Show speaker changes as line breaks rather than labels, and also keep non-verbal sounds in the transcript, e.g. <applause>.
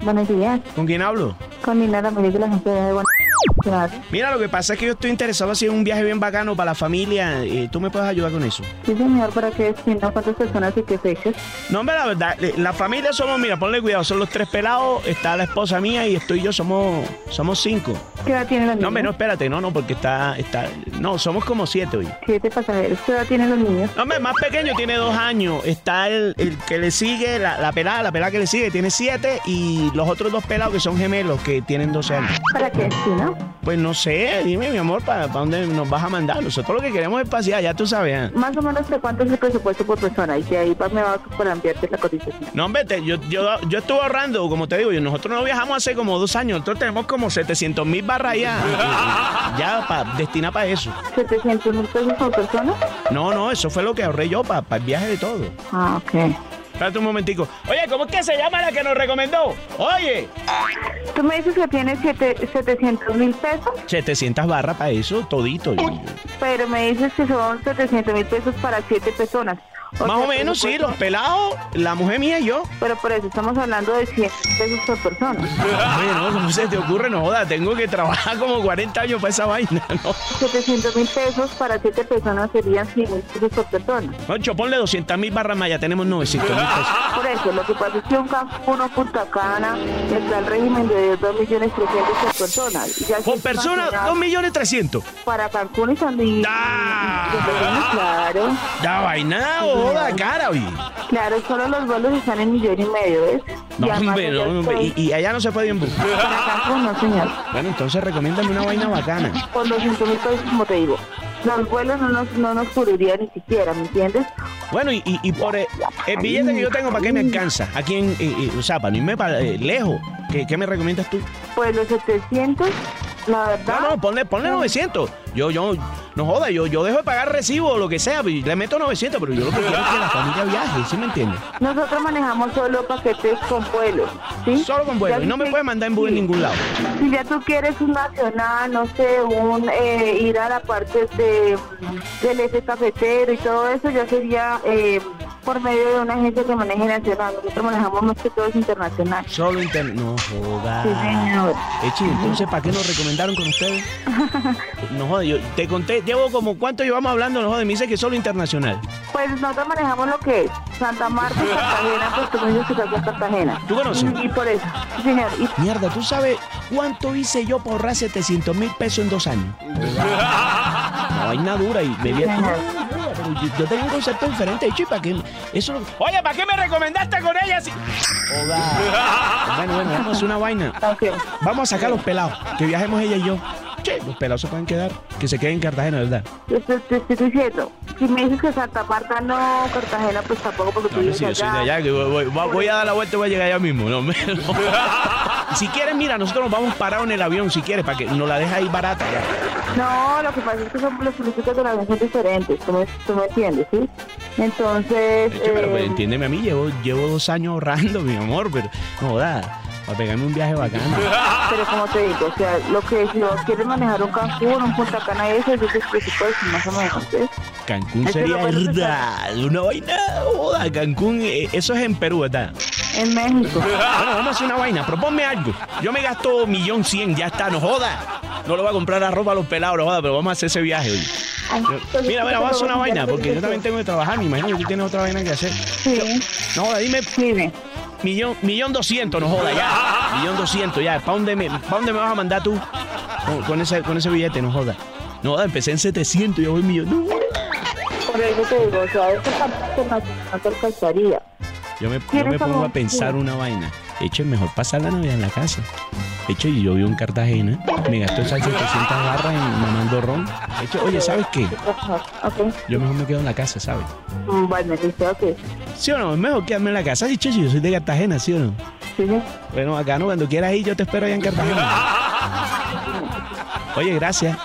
Buenos días,
¿Con quién hablo?
con Lila Ramírez de la gente de Guanajuato.
Mira, lo que pasa es que yo estoy interesado así en un viaje bien bacano para la familia. eh, ¿Tú me puedes ayudar con eso?
Sí, señor, para que destina cuántas personas y qué fechas.
No, hombre, la verdad, eh, la familia somos, mira, ponle cuidado, son los tres pelados, está la esposa mía y estoy yo, somos, somos cinco.
¿Qué edad tienen los niños?
No, hombre, no, espérate, no, no, porque está, está, no, somos como siete hoy.
Siete pasajeros. ¿Qué edad tienen los niños?
No, hombre, el más pequeño tiene dos años, está el, el que le sigue, la, la pelada, la pelada que le sigue tiene siete y los otros dos pelados que son gemelos que tienen doce años.
¿Para qué destino?
Pues no sé, dime, mi amor, ¿para, para dónde nos vas a mandar? Nosotros lo que queremos es pasear, ya tú sabes. ¿ah?
Más o menos, ¿de cuánto es el presupuesto por persona? Y que ahí pa- me va para enviarte la cotización.
No, hombre, te- yo, yo, yo estuve ahorrando, como te digo, yo- nosotros no viajamos hace como dos años, nosotros tenemos como 700 mil barras ya, ya pa, destina para eso.
¿700 mil pesos por persona?
No, no, eso fue lo que ahorré yo para el viaje de todo.
Ah, ok.
Espérate un momentico. Oye, ¿cómo es que se llama la que nos recomendó? Oye,
Tú me dices que tienes siete- 700 mil pesos,
700 barras para eso, todito. yo-
pero me dices que son 700 mil pesos para siete personas.
Más
sea,
o menos, sí,
presupuesto-
los pelados, la mujer mía y yo.
Pero por eso estamos hablando de 100 pesos por persona.
Oye, no, ¿cómo se te ocurre? No joda, tengo que trabajar como 40 años para esa vaina, ¿no?
700 mil pesos para siete personas serían 100 mil pesos por persona.
Ocho, ponle 200 mil barras más, ya tenemos 900 mil pesos.
Por eso, lo que pasa es que en Cancún o Punta Cana está el régimen de 2 millones 300 por persona. Y ya
Por
si
persona,
es
2 millones 300.
Para Cancún y San Luis.
¡Ah!
y Punta Cana, Claro,
Da vaina, o joda, cara, oye.
claro, solo los vuelos están en millón y medio, ¿ves?
No,
Y además
hombre, no,
allá
hombre,
estoy-
y, y allá no se puede ir en bus.
Para Cancún, no, señor.
Bueno, entonces recomiéndame una vaina bacana.
Por los 100 mil pesos, como te digo. Los vuelos no nos, no nos cubriría ni siquiera, ¿me entiendes?
Bueno, y, y- y por eh, el, billete que yo tengo, ¿para qué me alcanza? Aquí en, eh, eh, o sea, para no irme para, eh, lejos. ¿Qué, qué me recomiendas tú?
Pues los 700, la verdad.
No, no, ponle, ponle 900. Yo, yo, no joda, yo, yo dejo de pagar recibo o lo que sea, y le meto 900, pero yo lo que quiero es que la familia viaje, ¿sí me entiendes?
Nosotros manejamos solo paquetes con vuelos, ¿sí?
Solo con vuelo,
Ya
y no me
si-
puede mandar en bus en
sí.
ningún lado.
Si ya tú quieres un nacional, no sé, un eh, ir a la parte de, del eje cafetero y todo eso, ya sería eh, por medio de una agencia que maneje nacional. Nosotros manejamos más que todo es internacional.
Solo internet. No
Sí,
joda.
señor.
Echi, entonces, ¿para qué nos recomendaron con <laughs> ustedes? No joda, yo te conté, llevo como cuánto llevamos hablando, no joda, me dice que solo internacional.
Pues nosotros manejamos lo que es Santa Marta y Cartagena, pues tú me dices que estás en Cartagena.
¿Tú conoces?
Y, y por eso, sí, señor. Y
Mierda, ¿tú sabes cuánto hice yo por ahorrar 700 mil pesos en dos <laughs> años? La vaina dura y me vi-
Ajá.
Pero yo, yo tenía un concepto diferente, hecho, ¿y para qué? Eso lo- Oye, ¿para qué me recomendaste con ella si- Joda. Bueno, bueno, vamos a hacer una vaina.
aunque-
Vamos a sacar a los pelados, que viajemos ella y yo. Che, los pelados se pueden quedar, que se queden en Cartagena, ¿verdad?
Yo te, te estoy diciendo, si me dices que Santa Marta no, Cartagena pues tampoco porque tú
No,
vives
sí, yo soy de
allá.
allá, que voy, voy- voy a dar la vuelta y voy a llegar allá mismo. No, hombre, no. <laughs> Si quieres, mira, nosotros nos vamos parados en el avión, si quieres, para que nos la dejes ahí barata. ya.
No, lo que pasa es que son los políticos de la vida son diferentes, tú me, tú me entiendes, ¿sí? Entonces,
Eche, pero pues,
eh,
entiéndeme a mí, llevo, llevo dos años ahorrando, mi amor, pero no da, para pegarme un
<laughs>
viaje bacano.
pero como te digo, o sea, lo que si vos quieres manejar un Cancún, un Punta Cana, eso es el presupuesto más o menos, ¿sí?
Cancún
Eche,
sería
pero pues,
verdad, una vaina, joda, Cancún, eh, eso es en
<laughs>
Perú, ¿verdad?
En
<laughs>
México.
Bueno, vamos a hacer una vaina, proponme algo. Yo me gasto millón cien, ya está, no joda. No lo voy a comprar a ropa a los pelados, no joda, pero vamos a hacer ese viaje hoy.
Entonces,
Mira, mira, vamos a hacer una vaina, porque yo también tengo que trabajar, me imagino que tú tienes otra vaina que hacer.
Sí,
No joda, dime,
dime.
millón, millón doscientos, no joda, ya. Millón doscientos, ya. ¿Para dónde, me- pa' dónde me vas a mandar tú? Con, con ese, con ese billete, no joda. No joda, empecé en 700 y ya voy en millón. No.
Por eso te digo, o sea, esto tampoco no te alcanzaría.
Yo me, yo
¿Quieres
me pongo
algo?
a pensar
Sí.
una vaina. De hecho, es mejor pasar la Navidad en la casa. De hecho, yo vivo en Cartagena, me gastó esas 700 barras en mamando ron. De hecho, oye, ¿sabes qué?
Ok.
Yo mejor me quedo en la casa, ¿sabes?
Mm, Bueno, listo, ok.
¿Sí o no? Es mejor quedarme en la casa. Dicho, yo soy de Cartagena, ¿sí o no?
Sí, sí.
Bueno, acá no, cuando quieras ir, yo te espero allá en Cartagena. Oye, gracias.